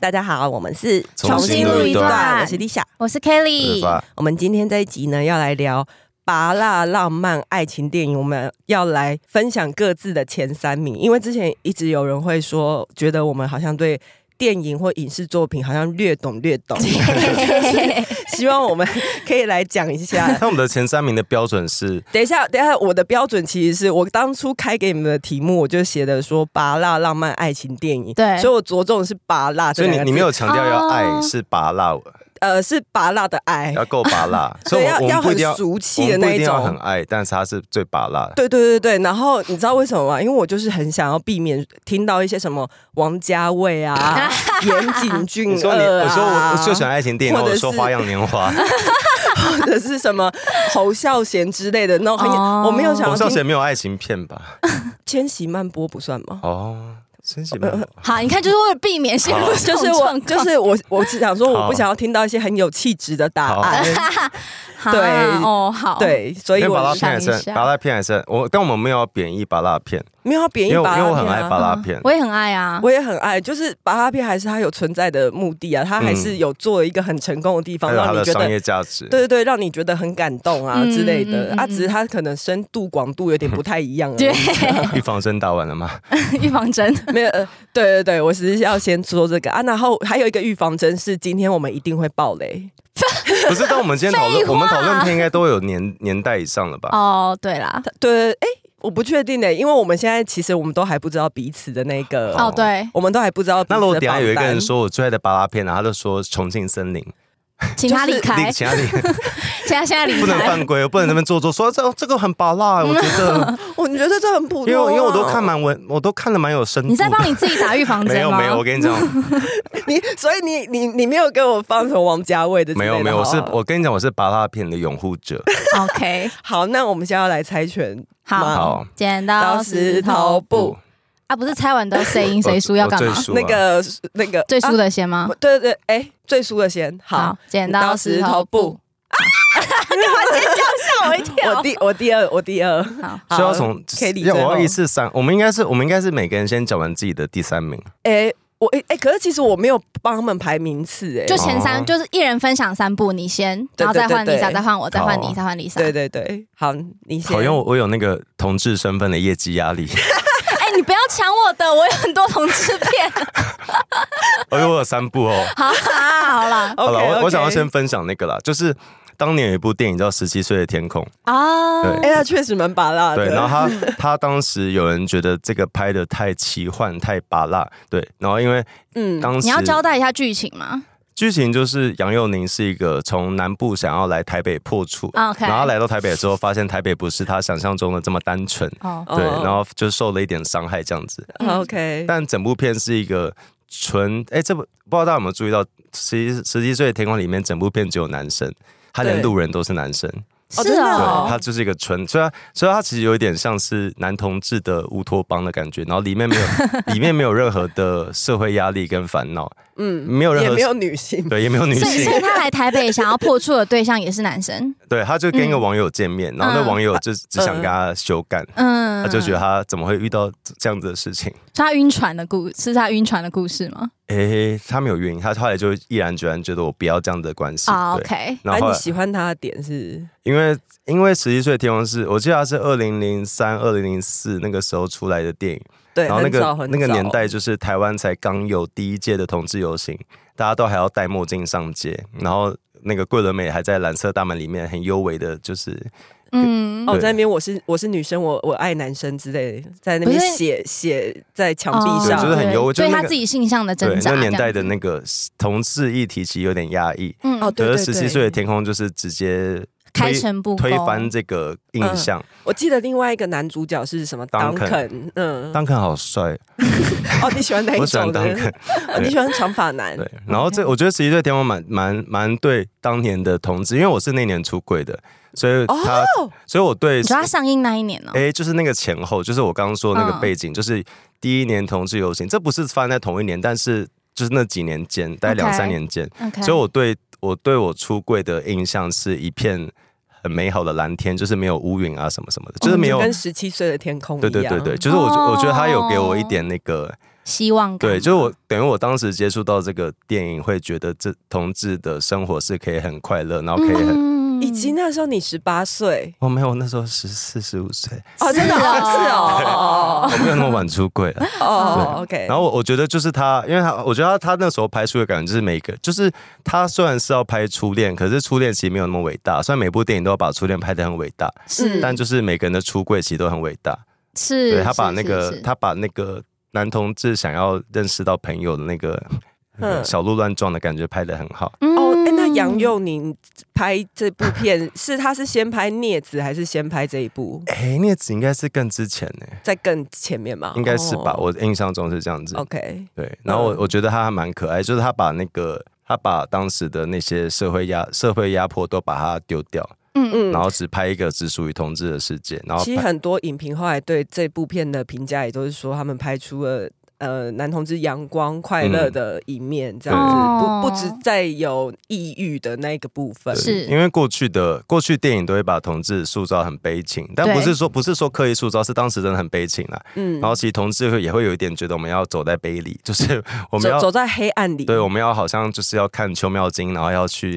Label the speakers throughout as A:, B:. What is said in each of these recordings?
A: 大家好，我们是
B: 重新录一段
A: 我是 Lisa。
C: 我是
B: 我
C: Kelly，
B: 是发
A: 我们今天这一集呢，要来聊拔辣浪漫爱情电影，我们要来分享各自的前三名，因为之前一直有人会说，觉得我们好像对。电影或影视作品好像略懂略 懂，希望我们可以来讲一下
B: 那我们的前三名的标 准是
A: 等一下，等一下，我的标准其实是我当初开给你们的题目，我就写的说“拔辣浪漫爱情电影”，
C: 对
A: 所以我着重的是“拔辣”这
B: 所以
A: 两个字，
B: 你你没有强调要爱
C: 哦
B: 是拔辣，
A: 呃是“拔辣”的爱，
B: 要够拔辣， 所
A: 对，
B: 以我
A: 要
B: 我
A: 要
B: 们不一
A: 很
B: 定要，
A: 俗
B: 我
A: 气的
B: 们不
A: 那
B: 一
A: 一
B: 定要很
A: 种。
B: 爱，但是它是最拔辣的。
A: 对对对对，然后你知道为什么吗？因为我就是很想要避免听到一些什么王家卫 啊、岩井俊
B: 你说你，
A: 二啊，
B: 我说我最喜欢爱情电影，
A: 或
B: 然
A: 者
B: 后我
A: 是
B: 说《花样年 华》，
A: 或者是什么侯孝贤之类的那种很，
C: 哦
A: 我没有想
B: 洪
A: 要
B: 少
A: 听
B: 贤没有爱情片吧？
A: 千禧慢播不算吗？
B: 哦，真是
A: 呃
B: 没有。
C: 好，你看就是为了避免陷入
B: 好
A: 就
C: 这种
A: 是我
C: 状，况
A: 就是我，我只想说，我
B: 好
A: 不想要听到一些很有气质的答案。
C: 哈
A: 对
C: 哦 好，，
A: 对，所以
B: 因为拔
A: 我
B: 辣
A: 是
B: 片还是
C: 想一
B: 很
C: 下
B: 拔辣片还是很我，但我们没有要贬义拔辣片，
A: 没有要贬义
B: 因为我
A: 拔
B: 因
A: 拉
B: 为我很
A: 片
B: 爱
A: 啊
B: 拔辣片。
C: 我也很爱啊，
A: 我也很爱，就是拔拉片还是它有存在的目的啊，它还是有做一个很成功的地方，
B: 嗯它有它
A: 让你
B: 的
A: 觉
B: 商
A: 得。
B: 业价值。
A: 对对啊对，让你觉得很感动啊
C: 嗯
A: 之类的
C: 嗯嗯
A: 啊，
C: 嗯
A: 只是它可能深度广度有点不太一样而已。
C: 对
B: 预防针打完了吗？
C: 预防针，
A: 没有，呃对对对，我只是要先说这个啊，然后还有一个预防针是今天我们一定会爆雷，
B: 不是，但我们今天讨论，
C: 废话
B: 我们讨论片应该都有年年代以上了吧？
C: 哦对啦，
A: 对，哎，我不确定的，因为我们现在其实我们都还不知道彼此的那个
C: 哦对，
A: 我们都还不知道彼此的
B: 那
A: 榜单。
B: 如果等一下有一个人说我最爱的巴拉片，然后他就说《重庆森林》，
C: 请他离
B: 离
C: 开，
B: 其他地
C: 请他现在离
B: 不能
C: 开，
B: 犯规，不能在那边做作，说这这个很巴拉，我觉 得，
A: 我觉得这很普通、啊
B: 因为我因为我都看，蛮文，我都看的蛮有深度的。
C: 你在帮你自己打预防
B: 没
C: 针
B: 有
C: 吗？
B: 没有，我跟你讲，
A: 你所以你你你没有给我放什么王家卫的之
B: 没
A: 类的，
B: 有没有，我是
A: 好
B: 我跟你讲，我是巴拉片的拥护者。
C: OK，
A: 好，那我们现在要来猜拳，嗯
C: 好，
B: 好，
C: 剪刀石头
A: 布，
C: 啊，不是猜完都谁赢谁输要干
B: 我
C: 嘛
B: 最？输啊
A: 那个那个
C: 最
A: 啊
C: 输的先吗？
A: 对对对，哎，最输的先好
C: 好，。剪刀石头布， 吓我 一
A: 我
C: 跳，
A: 第我第二，我第二，
C: 好，
B: 所以要从
A: 可以理
B: 要
A: 最
B: 我要
A: 后
B: 一次三，我们应该是我们应该是每个人先讲完自己的第三名，
A: 哎，我哎哎，可是其实我没有帮他们排名次，哎，
C: 就前三
B: 哦
C: 就是一人分享三部，你先，
A: 对
C: 然后再换
A: 对对
C: Lisa，
A: 对
C: 再换我，再换
B: 好
C: 你，再换 Lisa。
A: 对对对，好，你先
B: 好，因为我我有那个同志身份的业绩 压力，
C: 哎，你不要抢我的，我有很多同志 片。
B: 而且我有三部哦。
C: 好啦，好啦，
B: 好了，
A: ，OK，
B: 我我想要
A: OK
B: 先分享那个啦，就是当年有一部电影叫《十七岁的天空》，
C: 啊，
B: 对
A: 哎，他确实蛮拔辣的，
B: 对，然后他他当时有人觉得这个拍的太奇幻、太拔辣，对，然后因为
A: 嗯，
B: 当时
C: 你要交代一下剧情吗
B: 剧情就是杨佑宁是一个从南部想要来台北破处，
C: 啊？OK，
B: 然后来到台北之后，发现台北不是他想象中的这么单纯，
C: 哦，
A: 哦
B: 对，然后就受了一点伤害这样子。
C: 嗯
A: OK，
B: 但整部片是一个纯，哎，这不不知道大家有没有注意到，十七十七岁的天空里面，整部片只有男生，他连
A: 对
B: 路人都是男生。
A: 哦
C: 是
A: 真的哦
B: 对，它
C: 哦，
B: 就是一个纯，所以它所以它其实有一点像是男同志的乌托邦的感觉，然后里 面没有里面没有任何的社会压力跟烦恼，
A: 嗯，
B: 没有任
A: 也
B: 何
A: 没有女性，
B: 对也没有女
C: 所以所以
B: 性，
C: 他来台北想要破处的对象也是男生，
B: 对，他就跟
A: 嗯
B: 一个网友见面，然后那网友就只想跟他修改，
C: 嗯，
B: 他啊就觉得他怎么会遇到这样子的事情？
C: 是他晕船的故，是他晕船的故事吗？
B: 诶、他没有原因，他后来就毅然决然觉得我不要这样的关系，
C: 啊
B: 对。
C: ，OK，
B: 然后
A: 啊
B: 后
A: 你
B: 来
A: 喜欢他的点是
B: 因为因为十一岁的天王是，我记得他是二零零三、二零零四那个时候出来的电影，
A: 对，
B: 然后那
A: 很早
B: 个
A: 很
B: 那个
A: 早
B: 年代，就是台湾才刚有第一届的同志游行，大家都还要戴墨镜上街，然后那个桂纶镁还在蓝色大门里面很优美的，就是
C: 嗯，
A: 哦，
B: 对
A: 在那边我是我是女生，我我爱男生之类的，在那边
C: 不是
A: 写写在墙
C: 哦
A: 壁
B: 对
A: 上，
B: 就是很优就是
C: 对
B: 那
C: 他
B: 个
C: 自己性向的
B: 对
C: 挣扎，
B: 那个年代
C: 这
B: 的
C: 样子，
B: 那个同志议题其实有点压抑。
C: 嗯
A: 哦，对
B: 可
A: 对
B: 是十
A: 对，
B: 七岁的天空就是直接
C: 开
B: 推
C: 诚布
B: 推
C: 公
B: 翻这个印象。
A: 我记得另外一个男主角是什么
B: Duncan
A: ？Duncan，嗯，
B: 当肯好帅，
A: 哦，你喜欢哪一
B: 我喜欢
A: 种
B: 当 肯
A: 的？。 哦你喜欢长发男？
B: 对，然后这我觉得十一岁天王蛮蛮蛮对当年的同志，因为我是那年出柜的，所以他，
A: 哦
B: 所以我对
C: 你说他上映那一年哦，
B: 哎、就是那个前后，就是我刚刚说的那个
C: 嗯
B: 背景，就是第一年同志游行，这不是发生在同一年，但是就是那几年间，大概两
C: OK
B: 三年间
C: OK，
B: 所以我对我对我出柜的印象是一片很美好的蓝天，就是没有乌云
C: 哦
B: 啊什么什么的，就是没有。
A: 跟十七岁的天空一
B: 对
A: 样。
B: 对对对，就是我觉、
C: 哦
B: 我觉得他有给我一点那个
C: 希望感。
B: 对，就是我等于我当时接触到这个电影，会觉得这同志的生活是可以很快乐，然后可以很……
C: 嗯
A: 以及那时候你十八岁
B: 哦，没有，我那时候十四十五岁，
A: 哦，真的
C: 是
A: 哦
C: 哦
A: 是哦
B: 我没有那么晚出柜啊。
A: 哦哦 哦，OK，
B: 然后我我觉得就是他，因为他我觉得他他那时候拍出的感觉就是每个，就是他虽然是要拍初恋，可是初恋其实没有那么伟大。虽然每部电影都要把初恋拍得很伟大，
A: 嗯
C: 是
B: 但就是每个人的出柜其实都很伟大。
C: 嗯是，
B: 对他把
C: 是
B: 那
C: 是
B: 个
C: 是
B: 他把那个男同志想要认识到朋友的那个、那个
A: 嗯
B: 小鹿乱撞的感觉拍得很好。
A: 哦，哎，那杨
C: 嗯
A: 佑宁拍这部片是他是先拍《孽子》还是先拍这一部？
B: 哎、那子应该是更之前呢、
A: 在更前面吗？
B: 应该是吧？
A: 哦
B: 我印象中是这样
C: 哦
B: 子。
A: OK，
B: 对，然后我
A: 嗯
B: 我觉得他还蛮可爱，就是他把那个他把当时的那些社会压社会压迫都把它丢掉，
C: 嗯
A: 嗯
B: 然后只拍一个只属于同志的世界，然后
A: 其实
B: 拍
A: 很多影评后来对这部片的评价也都是说，他们拍出了呃男同志阳光快
B: 嗯
A: 乐的一面，这样子、
C: 嗯
A: 不不只再有抑郁的那个部分。
B: 对
C: 是
B: 因为过去的过去电影都会把同志塑造很悲情，但
C: 对
B: 不是说不是说刻意塑造，是当时真的很悲情啦。
A: 嗯
B: 然后其实同志会也会有一点觉得我们要走在悲里，就是我们
A: 走
B: 要
A: 走在黑暗里，
B: 对我们要好像就是要看邱妙金，然后要 去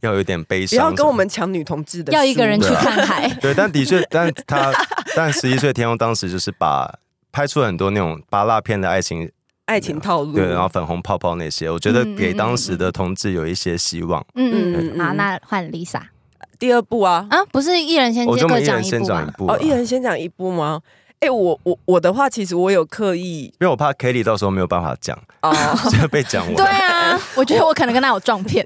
B: 要有一点悲
A: 不
B: 伤，
A: 要跟我们抢女同志的书，
C: 要一个人去
B: 对啊
C: 看 海，
B: 对，但的确，但他但十一岁天空当时就是把拍出很多那种八辣片的爱情，
A: 爱情套路，
B: 对，然后粉红泡泡那些，我觉得
C: 嗯嗯
B: 给
C: 嗯
B: 当时的同志有一些希望。
C: 嗯
A: 嗯
C: 嗯，好，那换 Lisa
A: 第二部啊，
C: 啊，不是一人先
B: 我
C: 接
B: 就
C: 各
B: 们一
C: 讲
B: 人
C: 一
B: 先
C: 部
B: 讲一
C: 吗？
B: 部啊吧，
A: 哦，一人先讲一部吗？哎、我我我的话，其实我有刻意
B: 因为我怕 Kelly 到时候没有办法 讲，
A: 哦，
B: 就被讲
C: 对
B: 完。
C: 啊，我觉得我可能跟他有撞片，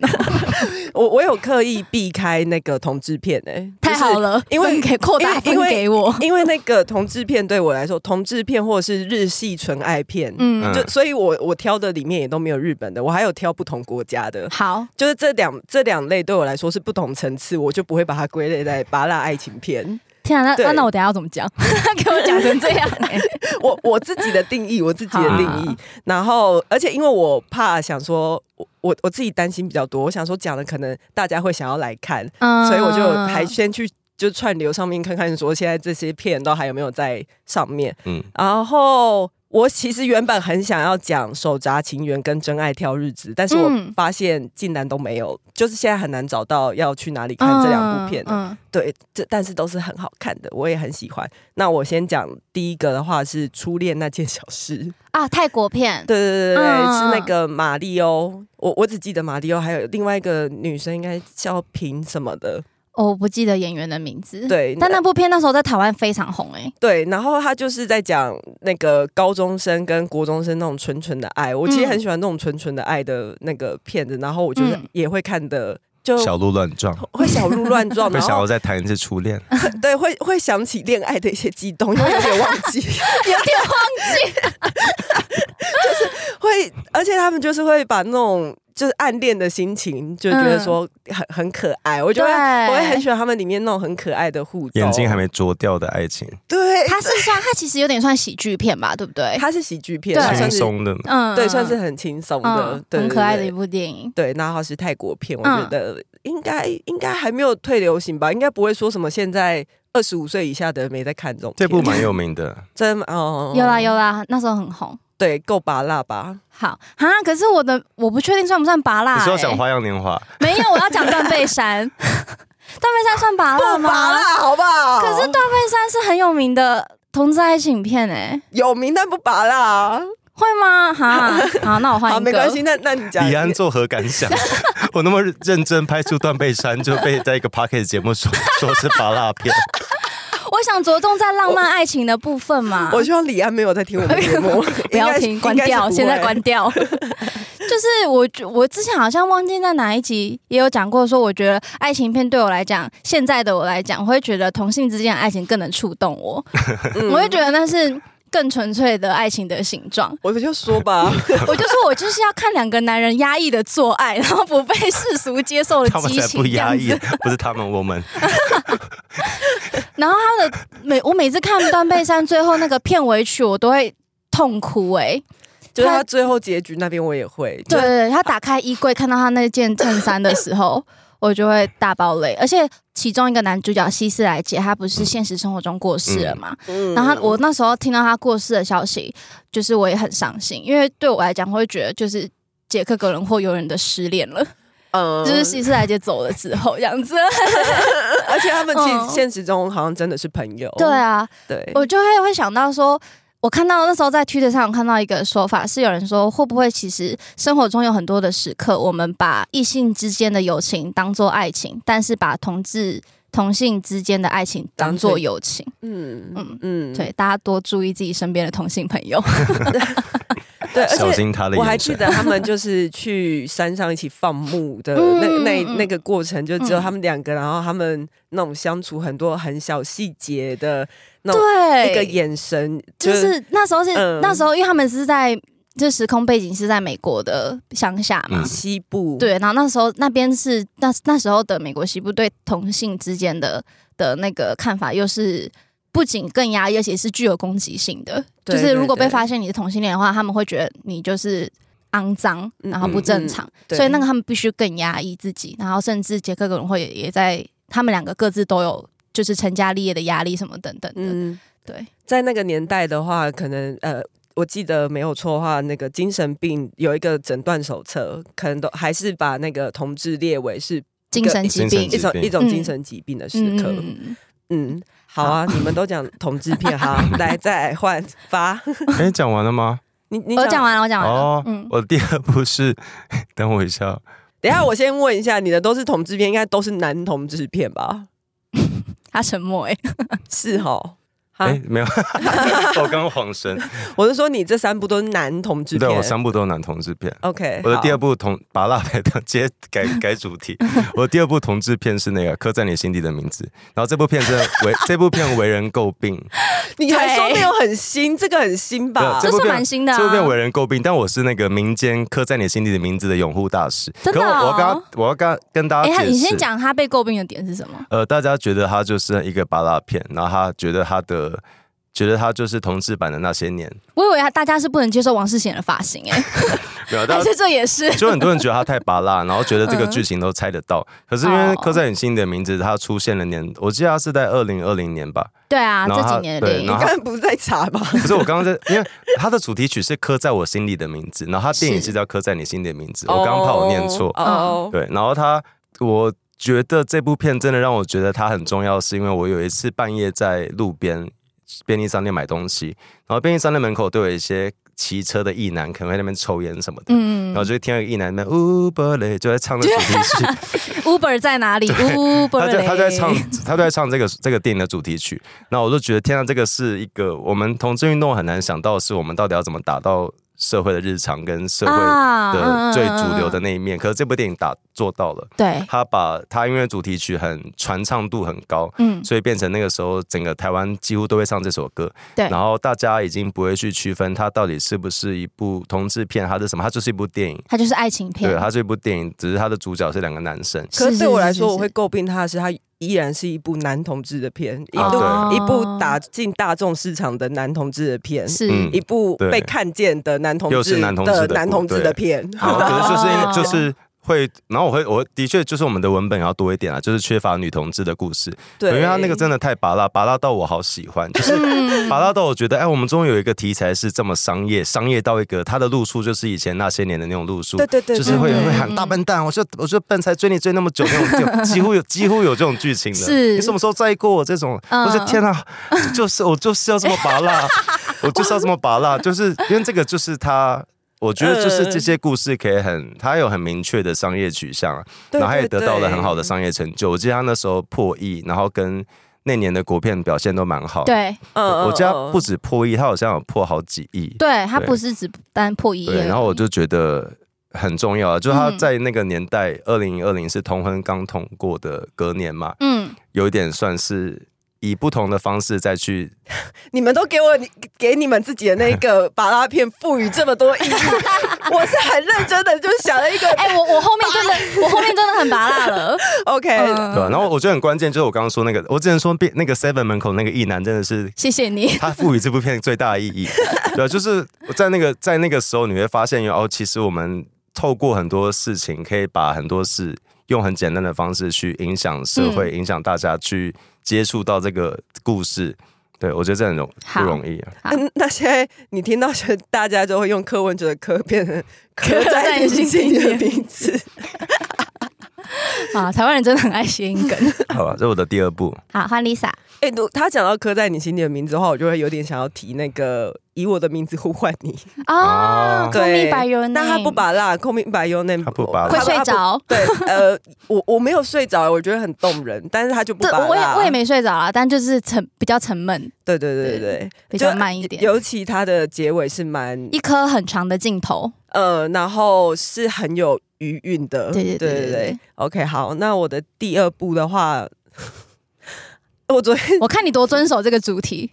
A: 我我有刻意避开那个同志片、哎，
C: 太
A: 就是
C: 好了，
A: 因为
C: 分给扩大分
A: 因为
C: 给我，
A: 因为那个同志片对我来说，同志片或者是日系纯爱片，
C: 嗯，
A: 就所以我我挑的里面也都没有日本的，我还有挑不同国家的。
C: 好，
A: 就是这两这两类对我来说是不同层次，我就不会把它归类在巴拉爱情片。
C: 天啊，那
A: 对
C: 那那我等一下要怎么讲？ 给我讲成这样欸，
A: 我我自己的定义，我自己的定义。然后，而且因为我怕想说，我我我自己担心比较多，我想说讲的可能大家会想要来看，
C: 嗯
A: 所以我就还先去就串流上面看看，说现在这些片都还有没有在上面。
B: 嗯，
A: 然后我其实原本很想要讲《手札情缘》跟《真爱挑日子》，但是我
C: 嗯
A: 发现竟然都没有，就是现在很难找到要去哪里看这两部片了。
C: 嗯，
A: 对，这但是都是很好看的，我也很喜欢。那我先讲第一个的话是《初恋那件小事》，
C: 嗯啊，泰国片，
A: 对对对对对，
C: 嗯
A: 是那个马里欧，我我只记得马里欧，还有另外一个女生应该叫平什么的，
C: 哦我不记得演员的名字，，
A: 对，
C: 但那部片那时候在台湾非常红， 哎，
A: 对，然后他就是在讲那个高中生跟国中生那种纯纯的爱，我其实
C: 嗯
A: 很喜欢那种纯纯的爱的那个片子，然后我就是
C: 嗯
A: 也会看的，就
B: 小鹿乱撞，
A: 会小鹿乱撞，
B: 会
A: 然
B: 想要
A: 后哦
B: 再谈一次初恋。
A: 对会会想起恋爱的一些激动，因为有点忘 记，
C: 有点忘记，
A: 会而且他们就是会把那种。就是暗恋的心情，就觉得说很、很可爱，我就会
C: 嗯对
A: 我会很喜欢他们里面那种很可爱的互动，
B: 眼睛还没啄掉的爱情，
A: 哎对，
C: 它是算它其实有点算喜剧片吧，对不对？
A: 它是喜剧片，
C: 对
A: 它啊算
B: 轻
A: 是
B: 松的。
C: 嗯
A: 对，算是很轻松的，
C: 嗯
A: 对
C: 很
A: 对
C: 可爱
A: 对
C: 的一部电影，
A: 对，然后是泰国片，我
C: 嗯
A: 觉得应该、应该还没有退流行吧，应该不会说什么现在二十五岁以下的人没在看这种
B: 这
A: 片
B: 部蛮有名的，
A: 真哦，
C: 有啦有啦，那时候很红。
A: 对，够拔辣吧？
C: 好哈，可是我的我不确定算不算拔辣、
A: 哎
B: 你
C: 欸。
B: 是要讲《花样年华》？
C: 没有，我要讲断背山。 断背山算拔辣吗？
A: 拔辣好不好？
C: 可是断背山是很有名的同志爱情片哎、
A: 有名但不拔辣啊，
C: 会吗？ 哈，好，那我换一
A: 好
C: 个。
A: 没关系，。那那你讲
B: 李安作何感想？ 我那么认真拍出《断背山》，就被在一个 p o d c a s t 节目说说是拔蜡片。
C: 我想着重在浪漫爱情的部分嘛。
A: 我希望李安没有在 听我们节目，
C: 不
A: 应
C: 要
A: 该是
C: 听，关掉，现在。
A: 应该是
C: 关
A: 不会
C: 掉。就是我觉，我之前好像忘记在哪一集也有讲过，说我觉得爱情片对我来讲，现在的我来讲，我会觉得同性之间的爱情更能触 动我，我会觉得那是更纯粹的爱情的形 状。
A: 我就说 吧，
C: 我就说我就是要看两个男人压抑的做爱，然后不被世俗接受的
B: 他 们
C: 激
B: 才
C: 情
B: 不
C: 这
B: 压
C: 样
B: 抑
C: 子。，
B: 不是他们，我们。
C: 然后他的每我每次看《断背山》最后那个片尾曲，我都会痛哭哎、
A: 就是他最后结局那边我也会，就
C: 对 对，对他打开衣柜看到他那件衬衫的时候，我就会大爆泪。而且其中一个男主角希斯莱杰，他不是现实生活中过世了嘛？然
A: 嗯
C: 后他我那时候听到他过世的消息，就是我也很伤心，因为对我来讲，我会觉得就是杰克·格伦霍有人的失恋了，
A: 嗯
C: 就是希斯莱杰走了之后这样子。
A: 而且他们其
C: 嗯
A: 实现实中好像真的是朋友，
C: 对啊，
A: 对，
C: 我就会会想到说，我看到那时候在 Twitter 上有看到一个说法，是有人说会不会其实生活中有很多的时刻，我们把异性之间的友情当做爱情，但是把同志同性之间的爱情当做友情。
A: 嗯
C: 嗯
A: 嗯
C: 对，大家多注意自己身边的同性朋友。
A: 对，而
B: 小
A: 且
B: 心他的
A: 我还
B: 眼
A: 记
B: 神。
A: 得他们就是去山上一起放牧 的
C: 嗯
A: 那那
C: 嗯嗯
A: 那个过程，就只有
C: 嗯
A: 他们两个，然后他们那种相处很多很小细节的那种
C: 对，
A: 一个眼神，
C: 就是那时候是、
A: 嗯
C: 那时候，因为他们是在这时空背景是在美国的乡下嘛，
B: 嗯
A: 西部，
C: 对，然后那时候那边是那那时候的美国西部对同性之间的的那个看法，又是不仅更压抑，而且是具有攻击性的。
A: 对
C: 就是如果
A: 对对
C: 被发现你是同性恋的话，他们会觉得你就是肮脏，
A: 嗯
C: 然后不正常，
A: 对
C: 所以那个他们必须更压抑自己，然后甚至杰克可能会也也在他们两个各自都有就是成家立业的压力什么等等的。
A: 嗯，
C: 对，
A: 在那个年代的话，可能呃。我记得没有错的话，那个精神病有一个诊断手册，可能都还是把那个同志列为是
C: 精神
B: 精神
C: 疾病
A: 一。种
B: 疾病
A: 一种精
C: 嗯
A: 神疾病的时
C: 嗯
A: 刻。
C: 嗯，嗯
A: 嗯，好啊，你们都讲同志片 哈，来再来换发，
B: 哎，讲完了吗？
A: 你你
C: 嗯我讲，完了，我讲完了。
B: 哦
C: 嗯，
B: 我第二部是， 等我一
A: 啊
B: 下，
A: 等一下我先问一下，你的都是同志片，应该都是男同志片吧？
C: 他沉默哎、
A: 是哈。啊
B: 哎， 没有，我刚刚恍神。
A: 我是说你这三部都是男同志
B: 对
A: 片
B: 我三部都有男同志片，
C: 哎
A: ，OK，
B: 我的
A: 好
B: 第二部同《拔蜡派的》接 改改主题，我的第二部同志片是那个《刻在你心底的名字》，然后这部片真的 为这部片为人诟病，
A: 你还说没有很新，这个很新吧
B: 没
C: 这
B: 有？部
C: 算
B: 片
C: 蛮新的、啊。
B: 这部片为人诟病，但我是那个民间刻在你心底的名字的拥护大使。
C: 真的
B: 可我我
C: 哦
B: 刚我要跟跟大
C: 哎、
B: 家
C: 他
B: 解
C: 你先
B: 释，
C: 讲他被诟病的点是什么？
B: 呃，大家觉得它就是一个拔蜡片，然后他觉得他的觉得他就是同志版的那些年，
C: 我以为他大家是不能接受王世贤的发型、 哎，
B: 没有，大
C: 但
B: 家
C: 是这也是
B: 就很多人觉得他太拔辣，然后觉得这个剧情都猜得到。可是因为
C: 嗯哦
B: 《刻在你心底的名字》，它出现了年，我记得它是在二零二零年吧。
C: 对啊，
B: 然
C: 这
B: 后他
C: 几年的电
B: 对
C: 影
B: 然
A: 你
B: 后
A: 刚才不是在查吗？
B: 可是我刚刚在，因为它的主题曲是《刻在我心里的名字》，然后它电影
C: 是
B: 是叫《刻在你心里的名字》， 我刚刚怕我念错。
A: 哦
C: 嗯
A: 哦，
B: 对，然后他，我觉得这部片真的让我觉得它很重要，是因为我有一次半夜在路边便利商店买东西，然后便利商店门口都有一些骑车的异男，可能会在那边抽烟什么的。
C: 嗯
B: 然后就会听到一个异男在那边 Uber 嘞，就在唱那主题曲，
C: ，Uber 在哪里？Uber
B: 他在
C: 嘞
B: 他在唱，他在唱这个这个电影的主题 曲。那我就觉得，天啊，这个是一个我们同志运动很难想到的是，我们到底要怎么打到社会的日常跟社会
C: 啊哎
B: 的最主流的
C: 嗯嗯嗯
B: 那一面。可是这部电影打做到了，
C: 对，
B: 他把他因为主题曲很传唱度很高。
C: 嗯，
B: 所以变成那个时候，整个台湾几乎都会唱这首歌。
C: 对
B: 然后大家已经不会去区分它到底是不是一部同志片，它是什么，它就是一部电影。
C: 他就是爱情片
B: 对，，它是一部电影，只是它的主角是两个男生。
A: 可是对我来说，
C: 是是是是
A: 我会诟病他的是，他依然是一部男同志的片，一
B: 啊
A: 部
C: 哦
B: 对
A: 一部打进大众市场的男同志的片，
C: 是
B: 嗯
A: 一部
B: 对
A: 被看见的男同
B: 又
A: 志
B: 是男同志的部
A: 男同志的
B: 对
A: 片。
B: 然后可是就是因为就
C: 哦
B: 是会，然后我会，我的确就是我们的文本要多一点啊，就是缺乏女同志的故事，
A: 对，
B: 因为他那个真的太拔辣，拔辣到我好喜欢，就是
C: 嗯
B: 拔辣到我觉得，哎，我们终于有一个题材是这么商业，商业到一个它的路数就是以前那些年的那种路数
A: 对。对对，
B: 就是会
A: 对
B: 会喊大笨蛋，我就我就笨才追你追那么久 那种，就几乎有几乎有这种剧情的。
C: 是
B: 你什么时候在意过我这种？
C: 嗯
B: 我说天啊，就是我就是要这么 拔辣，我就是要这么拔辣，就是因为这个就是他。我觉得
A: 呃
B: 就是这些故事可以很，他有很明确的商业取向啊，
A: 对
B: 然后他也
A: 对
B: 得到了
A: 对
B: 很好的商业成就。我记得他那时候破亿，然后跟那年的国片表现都蛮好。，
C: 对
A: 嗯，
B: 我记得他不
A: 嗯
B: 止破亿，他好像有破好几亿。
C: 对，他
B: 对
C: 不是只单破一夜而
B: 对，
C: 已，
B: 然后我就觉得很重要啊，就是他
C: 嗯
B: 在那个年代，二零二零是同婚刚通过的隔年嘛，
C: 嗯，
B: 有一点算是以不同的方式再去，
A: 你们都给我给你们自己的那 个巴拉片赋予这么多意 义，我是很认真的，就想了一 个
C: 哎，我我后面真的我后面真的很拔辣 了，
A: OK，
B: 对吧、
C: 嗯，
B: 然后我觉得很关键就是我刚刚说那个，我只能说变那个 Seven 门口那个一男真的是。
C: 谢谢你，
B: 他赋予这部片最大的意义，对啊，就是在那个在那个时候，你会发现哦，其实我们透过很多事情，可以把很多事用很简单的方式去影响社会，影响大家去接触到这个故事。对我觉得这很容
C: 好
B: 不容易、啊。
C: 好
A: 嗯，那现在你听到是大家就会用柯文哲的柯变成 柯
C: 柯
A: 在
C: 在
A: 你
C: 心
A: 心里
C: 里
A: 的名字，
C: 啊，台湾人真的很爱谐音梗。
B: 好吧，这是我的第二步。
C: 好，换 Lisa，
A: 哎、如他讲到刻在你心里的名字的话，我就会有点想要提那个以我的名字呼唤你。
C: 哦
B: 哦，
C: 空
A: 对
C: 密白油，
A: 但他不把辣，call me by your name，
B: 他不把辣
C: 会睡。着。
A: 对，呃， 我我没有睡着，我觉得很动人，但是他就不
C: 对，
A: 把
C: 我也
A: 辣。
C: 我也没睡着啊，但就是沉比较沉闷，
A: 对对对对对，
C: 比较
A: 就
C: 慢一点。
A: 尤其他的结尾是蛮
C: 一颗很长的 镜头，
A: 呃，然后是很有余韵的。
C: 对对对
A: 对
C: 对对
A: OK，好，那我的第二部的话， 我昨天
C: 我看你多遵守这个主题。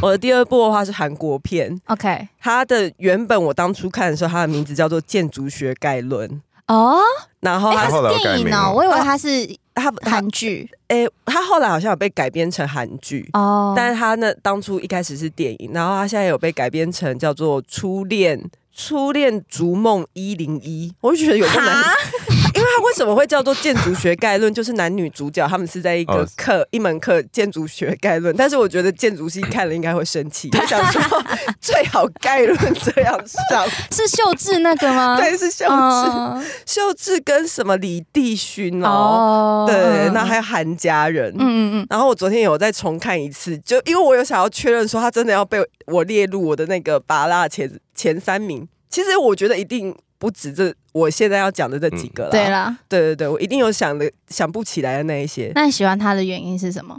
A: 我的第二部的话是韩国片，
C: OK，
A: 它的原本我当初看的时候，它的名字叫做《建筑学概论》，
C: 哦，
A: 然后
C: 哎，
A: 它
C: 它
B: 后来有
C: 是电
B: 改
C: 影
B: 名
C: 哦
B: 吗，
C: 我以为
A: 啊
C: 它是
A: 它它
C: 韩剧
A: 诶，它后来好像有被改编成韩剧。
C: 哦。
A: 但是它那当初一开始是电影，然后它现在有被改编成叫做《初恋初恋逐梦一零一》，我就觉得有够难
C: 哈，
A: 因为它为什么会叫做建筑学概论？就是男女主角他们是在一个
B: 哦
A: 课、一门课建筑学概论，但是我觉得建筑系看了应该会生 气，就想说最好概论这样 上，
C: 是秀智那个吗？
A: 对，是秀智、
C: 嗯，
A: 秀智跟什么李帝勋 哦，
C: 哦
A: 对，
C: 嗯
A: 那还有韩家人，
C: 嗯嗯
A: 然后我昨天有再重看一次，就因为我有想要确认说他真的要被我列入我的那个拔辣前前三名。其实我觉得一定不止这我现在要讲的这几个啦。
C: 嗯，对，啦。
A: 对对对，我一定有想的想不起来的那一些，
C: 那你喜欢他的原因是什 么？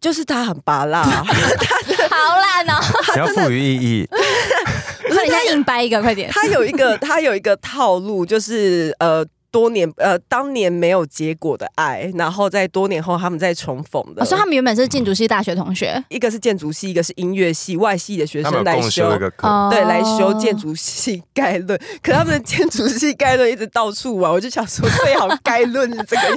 A: 就是他很拔 辣，
C: 好烂哦！
B: 你要赋予意义，
C: 快点，再硬掰一个，快点。
A: 他有一个他有一个套路，就是呃。多年呃，当年没有结果的爱，然后在多年 后他们再重逢的。
C: 我哦说他们原本是建筑系大学同学，
A: 一个是建筑系，一个是音乐系，外系的学
B: 他们
A: 生
B: 有
A: 来
B: 共修一个课，
C: 哦
A: 对，来修建。筑系概论。可他们的建筑系概论一直到处玩，我就想说最好概论是这个样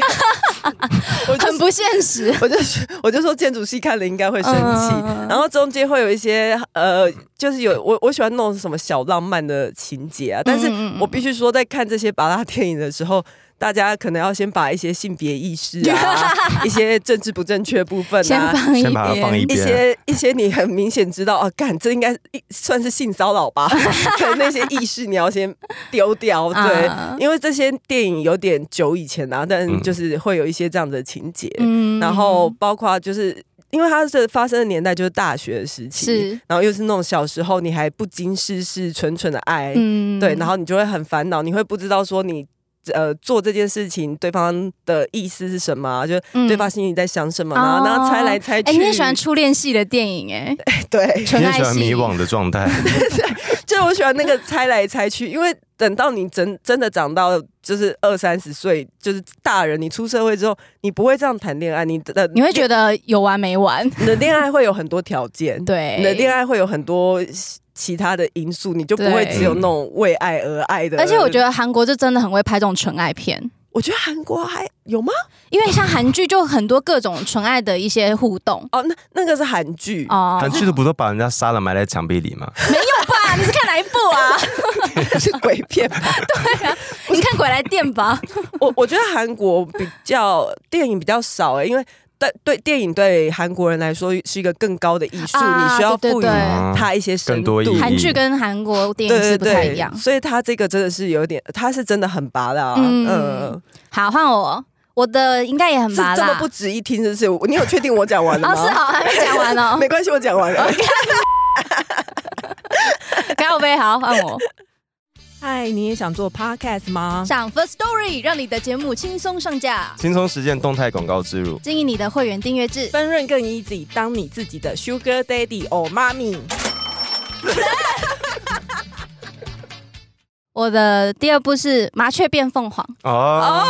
A: 子， 我就
C: 很不现实，
A: 我就我就说建筑系看了应该会生气。
C: 嗯嗯嗯
A: 然后中间会有一些呃，就是有我我喜欢那种什么小浪漫的情节啊，但是
C: 嗯嗯嗯
A: 我必须说，在看这些巴拉电影的时候。大家可能要先把一些性别意识 啊，一些政治不正确部分
C: 先
A: 啊，
C: 放一
B: 先把它放一
C: 边。
A: 一
B: 边。
A: 些一些你很明显知道啊，干这应该一算是性骚扰吧？ 可能那些意识你要先丢掉，对，
C: 啊
A: 因为这些电影有点久以前啊，但
B: 嗯
A: 就是会有一些这样的情节，
C: 嗯
A: 然后包括就是。因为它是发生的年代就是大学时期，
C: 是
A: 然后又是那种小时候你还不经世事、纯纯的爱，
C: 嗯
A: 哎对，然后你就会很烦恼，你会不知道说你呃做这件事情对方的意思是什么啊、就对方心里在想什么啊，
C: 嗯哦
A: 然后猜来猜去。
C: 哎，你也喜欢初恋系的电影哎，
A: 对，
C: 纯
B: 你也
C: 爱
B: 喜欢
C: 系
B: 迷。惘的状态，
A: 就我喜欢那个猜来猜去，因为等到你真真的长到就是二三十岁，就是大人，你出社会之后，你不会这样谈恋爱，你的
C: 你会觉得有完 没完？
A: 你的恋爱会有很多条件，
C: 对，
A: 你的恋爱会有很多其他的因素，你就不会
C: 对
A: 只有那种为爱而爱的。
C: 而且我觉
A: 得，
C: 得韩国就真的很会拍这种纯爱片，
A: 我觉得韩国还有吗？
C: 因为像韩剧就很多各种纯爱的一些互动
A: 哦，那那个是韩剧，
C: 哦。
B: 韩剧的不都把人家杀了埋在墙壁里吗？
C: 吧？你是看哪一部啊？
A: 是鬼片吧。
C: 你看《鬼来电》吧。
A: 我我觉得韩国比较电影比较少哎、因为对对电影对韩国人来说是一个更高的艺术，
C: 啊
A: 你需要
C: 对对
A: 赋予
C: 对
B: 嗯
A: 它一些深
B: 更
A: 度
B: 多。意义
C: 韩剧跟韩国电影是不太一样。
A: 所以它这个真的是有点，它是真的很拔辣、啊，
C: 嗯
A: 嗯，
C: 好，换我，我的应该也很
A: 这
C: 麻
A: 这么
C: 辣。
A: 不值一听，是不是？我你有确定我讲完了
C: 哦，
A: 吗？
C: 是好，还没讲完哦
A: 。没关系，我讲完了。
C: 干我杯，好，换我。
A: 嗨，你也想做 podcast 吗？
C: 上 First Story，让你的节目轻松上架。
B: 轻松实践动态广告植入，
C: 经营你的会员订阅制。
A: 分润更 easy，当你自己的 sugar daddy or mommy。
C: 我的第二部是《麻雀变凤凰
B: 哦，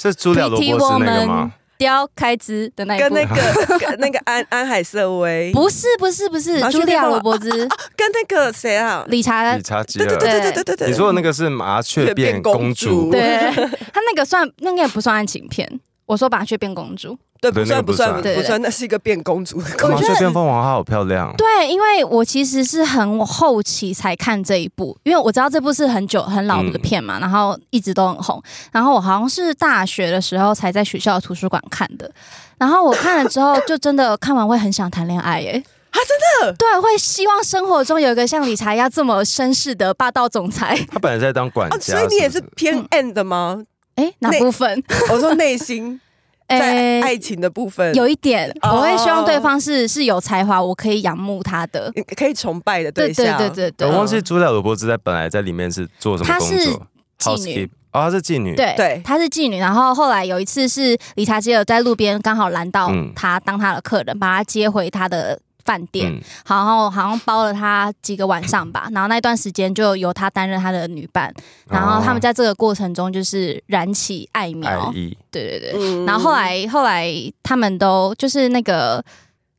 B: 是猪了萝
C: Pretty
B: 卜丝那个
C: Woman
B: 吗？》，
C: 刁开支的那一
A: 跟
C: 部。
A: 那个跟那个安 安海瑟薇，
C: 不是不是不是，
A: 麻雀
C: 茱莉
A: 变
C: 亚·
A: 凤
C: 罗
A: 凰
C: 伯兹、
A: 跟那个谁啊？
C: 理查
B: 理查吉
A: 对对
B: 尔，
A: 对对对对对。
B: 你说的那个是麻雀变公主，
A: 变公主
C: 对他那个算那个也不算爱情片，我说把它去变公主。
A: 对，
B: 对
A: 不
B: 那个
A: 算
B: 不
A: 不算
C: 算
A: 不算，那是一个变公主的
C: 我
A: 公
B: 麻
C: 觉
A: 主。
C: 得
B: 雀变凤凰，她好漂亮。
C: 对，因为我其实是很后期才看这一部，因为我知道这部是很久很老的
B: 嗯
C: 片嘛，然后一直都很红。然后我好像是大学的时候才在学校的图书馆看的。然后我看了之后，就真的看完会很想谈恋爱耶、
A: 啊，真的，
C: 对，会希望生活中有一个像理查一样这么绅士的霸道总裁。
B: 她本来在当管
A: 啊，
B: 家，
A: 所以你也是
B: 哦不
C: 嗯
A: 偏 end 的 吗？
C: 哎，哪
A: 那
C: 部分？
A: 我说内心 在
C: 哎，
A: 爱情的部分，
C: 有一点，
A: 哦
C: 我会希望对方是是有才华，我可以仰慕他的。
A: 你可以崇拜的
C: 对对
A: 象。
C: 对对
B: 我
C: 对
B: 忘
A: 嗯
B: 记朱莉亚·罗伯兹在本来在里面是做什么
C: 她
B: 工
C: 是
B: 作
C: 妓女
B: ？housekeep 哦，她是妓女。
C: 对
A: 对
C: 她是妓女。然后后来有一次是理查基尔在路边刚好拦到
B: 嗯
C: 她，当她的客人，把她接回她的饭店，
B: 嗯，
C: 然后好像包了她几个晚 上吧。然后那段时间就由她担任她的女伴，然后他们
B: 家
C: 在这个过程中就是燃起爱苗
B: 哦爱。意，
C: 对对对。
A: 嗯
C: 然后后来后来他们都就是那个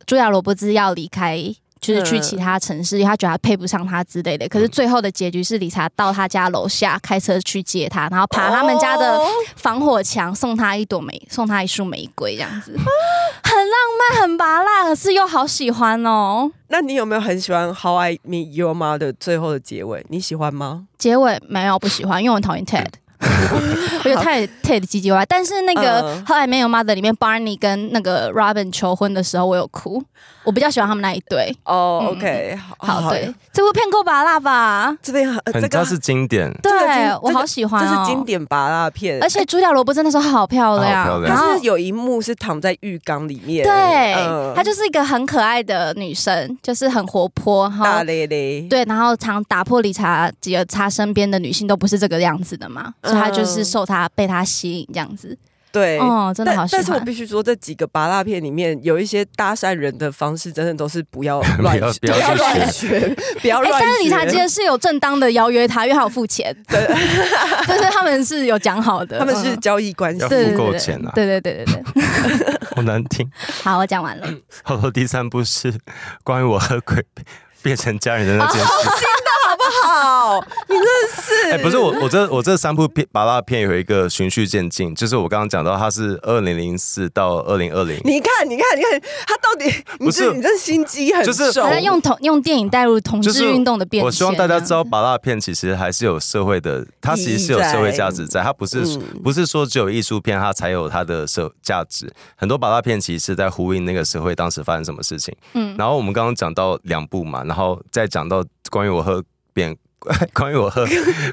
C: 茱莉亚·罗伯兹要离开。就是去
A: 嗯
C: 其他城市，因为他觉得他配不上他之类的。可是最后的结局是理查到他家楼下开车去接他，然后爬他们家的
A: 哦
C: 防火墙，送他一朵玫，送他一束玫瑰，这样子，
A: 啊
C: 很浪漫，很拔辣，可是又好喜欢哦。
A: 那你有没有很喜欢《How I Met Your Mother》最后的结尾？你喜欢吗？
C: 结尾没有不喜欢，因为我很 讨厌 Ted。我觉得 Ted Ted 唧唧歪歪，但是那个
A: 嗯
C: 后来没有 Mother 里面 Barney 跟那个 Robin 求婚的时候，我有哭。我比较喜欢他们那一对。
A: 哦
C: 嗯
A: ，OK，好哦
C: 好，对，这部片够拔辣吧？
A: 这边呃
B: 很
A: 这
B: 她
A: 个
B: 是 经典。
C: 对
A: 这个经
C: 我好喜欢
A: 这
C: 哦，
A: 是经典拔蜡片，
C: 而且朱莉亚罗伯真的时候好漂亮，
B: 她好漂亮
C: 然后
A: 它是有一幕是躺在浴缸里面，
C: 对
A: 嗯，
C: 她就是一个很可爱的女生，就是很活泼，然
A: 大
C: 后
A: 咧咧，
C: 对，然后常打破理查吉尔他身边的女性都不是这个样子的嘛，所以她就是
A: 嗯
C: 受他被他吸引这样子。
A: 对。
C: 哦，真的好
A: 但
C: 喜
A: 但是我
C: 欢。
A: 必须说，这几个拔蜡片里面有一些搭讪人的方式，真的都是 不要乱
B: 不要
A: 学
B: 不要去
A: 乱学，不要
C: 哎、
A: 乱学。
C: 但是理查基尔是有正当的邀约他，因为他有付钱，
A: 对，
C: 就是他们是有讲好的，
A: 他们是
C: 嗯
A: 交易关系
B: 要，
C: 对对
B: 付够
C: 对
B: 钱啊
C: 对对对对 对。
B: 好难听。
C: 好，我讲完 了。
B: 然后第三部是关于我和鬼变成家人的那件事。
A: 好，你真的哦是
B: 哎、不是我，我这我这三部片麻辣片有一个循序渐进，就是我刚刚讲到，它是二零零四到二零二零，
A: 你看，你看，你看，他到底，你
B: 不是
A: 这你这心机很
B: 就是
A: 重
C: 好，像用同用电影带入同
B: 就是
C: 志运动的变迁。啊
B: 我希望大家知道，麻辣片其实还是有社会的，它其实是有社会价值在，它不是、
A: 嗯
B: 不是说只有艺术片它才有它的社价值，很多麻辣片其实是在呼应那个社会当时发生什么事情。
C: 嗯，
B: 然后我们刚刚讲到两部嘛，然后再讲到关于我和变。 关于我 和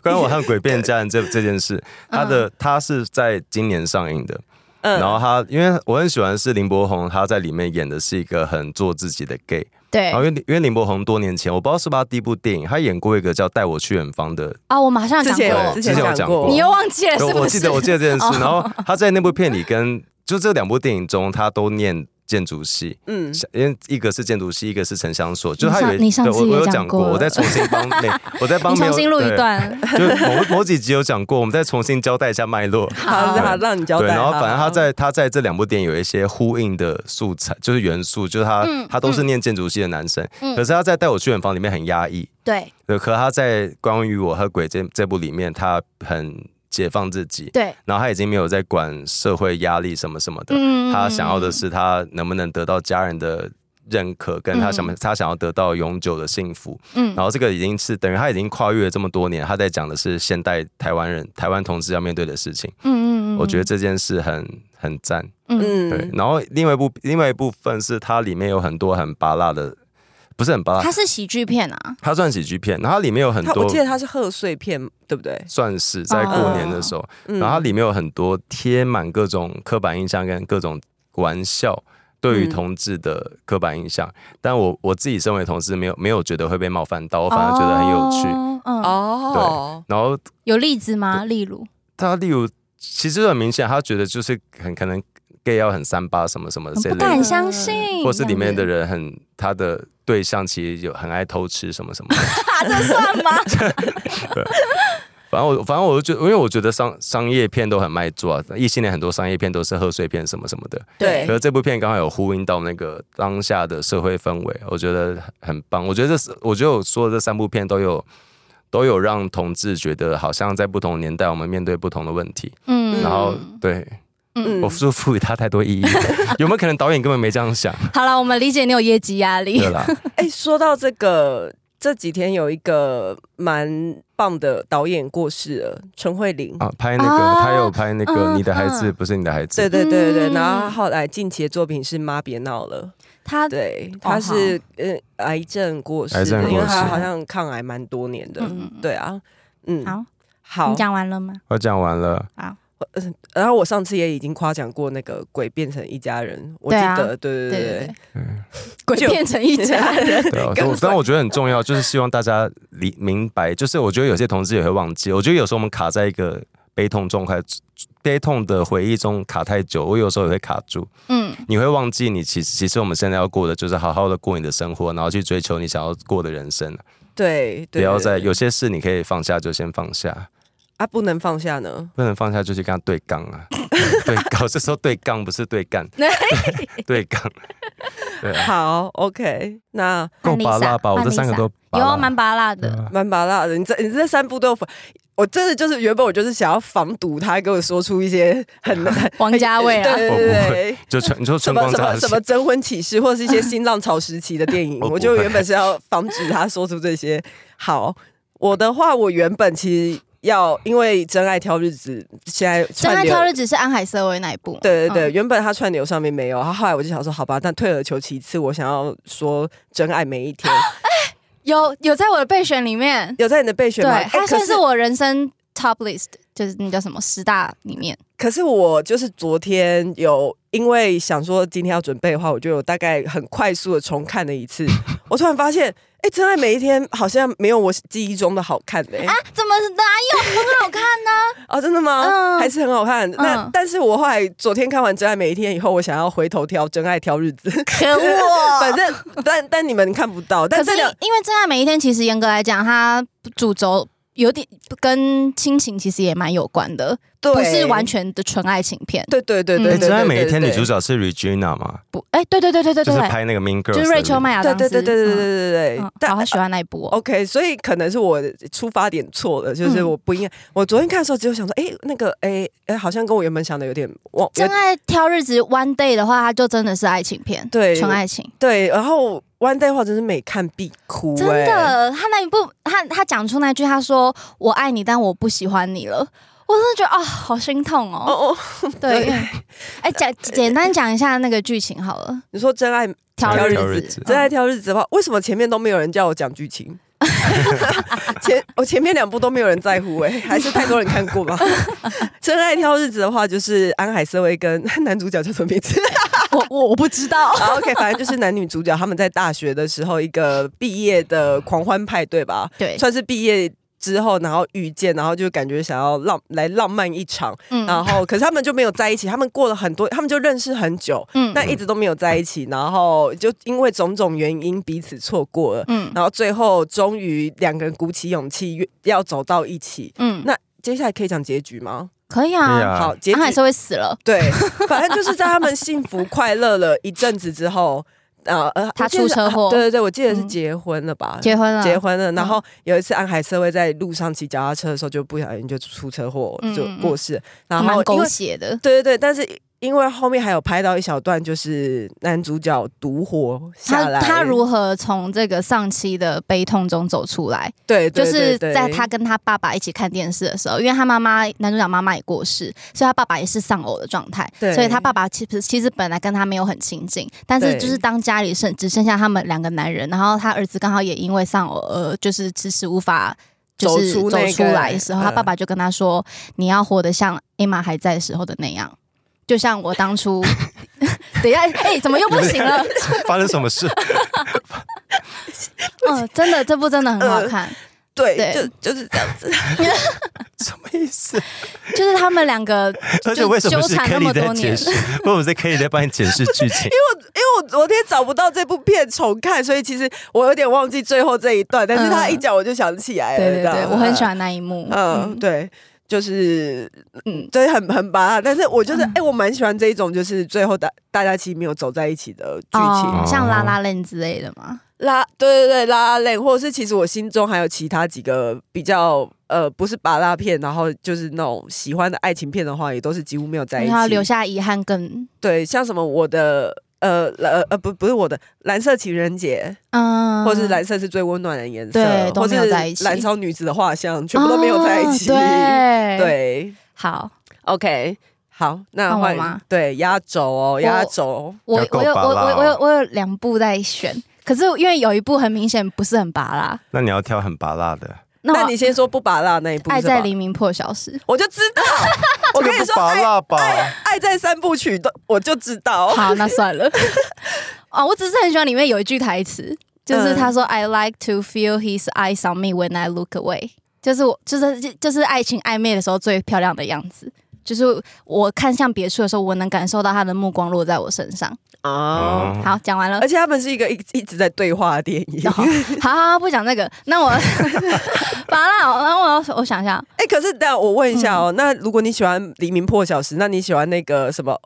B: 关于我和鬼变家人这这件事，
C: 嗯
B: 它的它是在今年上映的，
A: 嗯
B: 然后他，因为我很喜欢是林柏宏，他在里面演的是一个很做自己的 gay。
C: 对
B: 然后因为因为林柏宏多年前，我不知道是不是他第一部电影，他演过一个叫《带我去远方》的，
C: 啊，我马上
A: 之
C: 讲
A: 前
C: 过
A: 有
B: 对，之前有
A: 讲
B: 讲
A: 过
B: 过
C: 你又忘记了 是
B: 对我
C: 不
B: 记
C: 是？
B: 得我 记得这件
C: 哦
B: 事。然后他在那部片里跟就这两部电影中，他都念建筑系。
A: 嗯，
B: 因为一个是建筑系，一个是城乡所，就
C: 你
B: 他
C: 上
B: 有一
C: 你上
B: 对
C: 次
B: 我
C: 也
B: 我有
C: 讲
B: 讲过，
C: 过了
B: 我再重新帮 那我再帮
C: 你
B: 没
C: 重
B: 有
C: 新录一
B: 对，
C: 段。
B: 就是某某几集有讲过，我们再重新交代一下脉 络。
A: 好，
C: 好
A: 好，让你交代。
B: 对，然后反正他
A: 好
B: 在他在这两部电影有一些呼应的素材，就是元素，就是他、
C: 嗯
B: 他都是念建筑系的男生，
C: 嗯
B: 可是他在《带我去远方》里面很压抑，
C: 对
B: 对，可他在《关于我和鬼这》这部里面，他很解放自己，
C: 对，
B: 然后他已经没有在管社会压力什么什么的，
C: 嗯
B: 他想要的是他能不能得到家人的认可，跟他想不、他想要得到永久的幸福，
C: 嗯
B: 然后这个已经是等于他已经跨越了这么多年，他在讲的是现代台湾人、台湾同志要面对的事情。
C: 嗯
B: 我觉得这件事很很赞。
C: 嗯
B: 对
A: 嗯，，
B: 然后另外一部另外一部分是它里面有很多很拔辣的，不是很拔
C: 它
B: 辣，
C: 是喜剧片啊，
B: 它算喜剧片，然后它里面有很
A: 他我
B: 多
A: 记得他是贺岁片，对不对？
B: 算是在过年的时候，
A: 嗯
B: 然后它里面有很多贴满各种刻板印象跟各种玩笑。对于
A: 嗯
B: 同志的刻板印象，但我我自己身为同志，没有没有觉得会被冒犯到，我反而觉得很有趣。
C: 哦嗯，
A: 哦，
B: 然后
C: 有例子吗？例如，
B: 他例如，其实很明显，他觉得就是很可能 gay 要很三八什么什么这
C: 不
A: 哦
B: 类的，
C: 敢相信，
B: 或是里面的
C: 人，
B: 人很他的对象其实有很爱偷吃什么 什么，
C: 啊这算吗？
B: 反正我反正我就觉得，因为我觉得商商业片都很卖座、啊，异性恋很多商业片都是贺岁片什么什么的，
C: 哎
A: 对
B: 可是这部片刚好有呼应到那个当下的社会氛围，我觉得很棒。我觉得这是我觉得我说的这三部片都有都有让同志觉得好像在不同年代我们面对不同的问题，
C: 嗯
B: 然后对。
A: 嗯
B: 我就赋予它太多意义了。 有没有可能导演根本没这样想？
C: 好了，我们理解你有业绩压力
B: 对。啦，
A: 哎、说到这个，这几天有一个蛮棒的导演过世了，陈慧琳。
B: 啊，拍那个
C: 啊
B: 他有拍那个
C: 嗯
B: 你的孩子
C: 嗯
B: 不是你的孩
A: 对
B: 子，
A: 对对对，
C: 嗯
A: 然后她后来近期的作品是《妈别闹了》，
C: 他
A: 对，
C: 哦
A: 她是呃癌症过世
B: 癌症
A: 的，
B: 过
A: 因为她
C: 世
A: 好像抗癌蛮多年的，
C: 嗯
A: 对啊，嗯，
C: 好，
A: 好
C: 你，讲完了吗？
B: 我讲完了。
A: 然后我上次也已经夸奖过那个鬼变成一家人，我记
C: 对啊
A: 得，对对对对，
B: 嗯
C: 鬼
A: 就
C: 变成一家人，
B: 对啊，
A: 跟
B: 我
A: 鬼
B: 但我觉得很重要，就是希望大家理明白，就是我觉得有些同志也会忘记，我觉得有时候我们卡在一个悲痛状态、悲痛的回忆中卡太久，我有时候也会卡住，
C: 嗯，
B: 你会忘记你其实其实我们现在要过的就是好好的过你的生活，然后去追求你想要过的人生，
A: 对，
B: 不
A: 对
B: 要
A: 对
B: 再
A: 对
B: 有些事你可以放下就先放下，
A: 啊，不能放下呢，
B: 不能放下就去跟他对杠 啊，对杠，这时候对杠不是对干，对杠， 对啊，
A: 好，OK，那
B: 够
C: 换
B: 拔辣
C: Lisa，
B: 吧？我
C: 换
B: 这三个
C: Lisa
B: 都拔辣
C: 有蛮拔辣
B: 对
C: 的。
B: 啊
A: 蛮拔辣的。你这你这三部都有反，我真的就是原本我就是想要防堵他给我说出一些很
B: 嗯
A: 很
C: 王家卫啊，
A: 对
B: 我
A: 对
B: 不
A: 对对
B: 会。就春你说
A: 什
B: 哦春
A: 么
B: 光
A: 什
B: 乍
A: 么
B: 泄
A: 什么征婚启事，或是一些新浪潮时期的电影，
B: 我不
A: 我就
B: 会
A: 原本是要防止他说出这些。好，我的话，我原本其实要因为《真爱挑日子》现在
C: 真
A: 串
C: 爱
A: 流
C: 挑日只是安海瑟薇那一部嘛，
A: 对对对，
C: 嗯，
A: 原本他串流上面没有，他后来我就想说，好吧，但退而求其次，我想要说真爱每一天
C: 有有在我的备选里面，
A: 有在你的备选吗？
C: 对，它
A: 哎
C: 算
A: 可
C: 是我人生 top list，就是那叫什么十大里面。
A: 可是我就是昨天有，因为想说今天要准备的话，我就有大概很快速的重看了一次。我突然发现，哎、真爱每一天好像没有我记忆中的好看嘞、
C: 啊，怎么哪有很好看呢？
A: 哦，真的吗？
C: 嗯
A: 还是很好看。那、
C: 嗯
A: 但是我后来昨天看完《真爱每一天》以后，我想要回头挑《真爱挑日子》
C: 可恶！
A: 反正但但你们看不到，但
C: 可
A: 这
C: 是
A: 两
C: 因为真爱每一天，其实严格来讲，它主轴有点跟亲情其实也蛮有关的，
A: 对
C: 不是完。全的纯爱情片。
A: 对对对
C: 嗯
A: 对
B: 哎，
A: 对，
B: 真爱每一
A: 对
B: 天女主。
A: 对
B: 角是 Regina 嘛，
C: 不，哎，对对对对对
B: 就是
C: 对，
B: 拍那个 Mean Girls，
C: 就是
B: 的
C: 瑞秋麦亚
A: 对
C: 当
A: 对
C: 斯，
A: 对对对对对对
C: 嗯，
A: 对
C: 嗯，
A: 但啊
C: 我好喜欢那一部哦。
A: OK，所以可能是我出发点错了，
C: 嗯
A: 就是我不应该。我昨天看的时候，只有想说，哎、那个，哎、哎、好像跟我原本想的有点忘。
C: 真爱挑日子 One Day 的话，它就真的是爱情片，
A: 对
C: 纯爱情。
A: 对，然后 One Day 的话，真是每看必哭、
C: 真
A: 哎，
C: 的，他那一部，他他讲出那句，他说“我爱你，但我不喜欢你了”，我真的觉得啊、好心痛哦。
A: 哦哦，
C: 对
A: 对，
C: 哎，讲简单讲一下那个剧情好 了。
A: 你说真爱
C: 挑
A: 挑
C: 日
A: 日
B: 子
C: 子，
A: 真爱挑日子的话，为什么前面都没有人叫我讲剧情？ 前我前面两部都没有人在乎哎、还是太多人看过吧。 真爱挑日子的话，就是安海瑟薇跟 男主角叫什么名字？
C: 我我我不知道。
A: 好 OK，反正就是男女主角他们在大学的时候一个毕业的狂欢派对吧，
C: 对，
A: 算是毕业之后，然后遇见，然后就感觉想要浪来浪漫一场，
C: 嗯
A: 然后可是他们就没有在一起，他们过了很多，他们就认识很久，
C: 嗯
A: 但一直都没有在一起，然后就因为种种原因彼此错过了，
C: 嗯
A: 然后最后终于两个人鼓起勇气约要走到一起。
C: 嗯，
A: 那接下来可以讲结局吗？
C: 可以
B: 对
C: 啊。
B: 啊
A: 好，结局
C: 安海是会死了，
A: 对，反正就是在他们幸福快乐了一阵子之后，呃呃，
C: 他
A: 我记得是
C: 出车祸
A: 啊对对对，我记得是
C: 嗯
A: 结婚了吧？
C: 结婚了，
A: 结婚了，然后有一次安海瑟薇在路上骑脚踏车的时候，就不小心就出车祸
C: 嗯
A: 就过世，然后
C: 蛮
A: 因
C: 狗
A: 为
C: 血的。
A: 对对对，但是因为后面还有拍到一小段，就是男主角独活下
C: 他
A: 来，
C: 他如何从这个丧妻的悲痛中走出来？
A: 对对
C: 就是
A: 对对
C: 在他跟他爸爸一起看电视的时候，因为他妈妈男主角妈妈也过世，所以他爸爸也是丧偶的状态，
A: 对
C: 所以他爸爸其实其实本来跟他没有很亲近，但是
A: 对
C: 就是当家里剩只剩下他们两个男人，然后他儿子刚好也因为丧偶而就是迟迟无法。就是
A: 走
C: 走
A: 出那个
C: 出来的时候，
A: 嗯
C: 他爸爸就跟他说：“你要活得像 Emma 还在的时候的那样，就像我当初。” 等一下，哎、怎么又不 行了？
B: 发生什么事？
C: 嗯，真的，这部真的很
A: 呃
C: 好看。
A: 对
C: 对
A: 就就是这样子，
B: 什么意 思？
C: 就是他们两个
B: 而且为什么是
C: 纠缠
B: k e
C: 那么
B: l 在
C: 多
B: 解
C: 年
B: 释？ 为什么是 k e 在帮你解释剧情？
A: 因为我昨天找不到这部片重看，所以其实我有点忘记最后这一段，但是他一讲我就想起来了，
C: 对对
A: 这
C: 对，
A: 样
C: 我很喜，欢那一幕。
A: 嗯，
C: 嗯，
A: 对。就是，嗯
C: 嗯，
A: 对，很很拔，但是我就是，哎、我蛮喜欢这一种，就是最后大大家其实没有走在一起的剧情，
C: 哦像
B: 哦
C: 拉拉链之类的嘛。
A: 拉对对对拉拉链，或者是其实我心中还有其他几个比较呃不是拔蜡片，然后就是那种喜欢的爱情片的话，也都是几乎没有在一
C: 然后
A: 起。
C: 留下遗憾更
A: 对，像什么我的呃呃呃不不是我的蓝色情人节，
C: 嗯，
A: 或是蓝色是最温暖的颜色，
C: 对都
A: 或
C: 没
A: 是
C: 有在一起哦
A: 燃烧女子的画像，全部都没有在一起。
C: 啊对
A: 对
C: 好，
A: ，OK，好，那
C: 换我
A: 换
C: 吗
A: 对压轴哦，压轴。
C: 我
B: 要够
C: 我有我
B: 拔辣
C: 我
B: 哦
C: 我有我有两部在选，可是因为有一部很明显不是很拔啦，
B: 那你要挑很拔辣 的，
C: 那我
A: 那你先说不拔辣那一部，
C: 爱
A: 是吧
C: 在黎明破晓时。
A: 我就知 道，我跟你
C: 哎
B: 这
A: 说
B: 个不，拔
A: 爱
B: 辣吧？
A: 爱在三部曲都我就知道。
C: 好，那算了。 哦，我只是很喜欢里面有一句台词，
A: 嗯
C: 就是他说、i like to feel his eyes on me when I look away”，就是我，就是就是爱情暧昧的时候最漂亮的样子，就是我看向别处的时候，我能感受到他的目光落在我身上。
A: 哦，
B: 嗯
C: 好，讲完了
A: 而。且他们是一个一一直在对话的电影。
C: 然后，好好好，不讲那个。那我， 拔蜡哦，那我要我想一下，
A: 哎、可是但我问一下哦，那如果你喜欢《黎明破晓时》，那你喜欢那个什么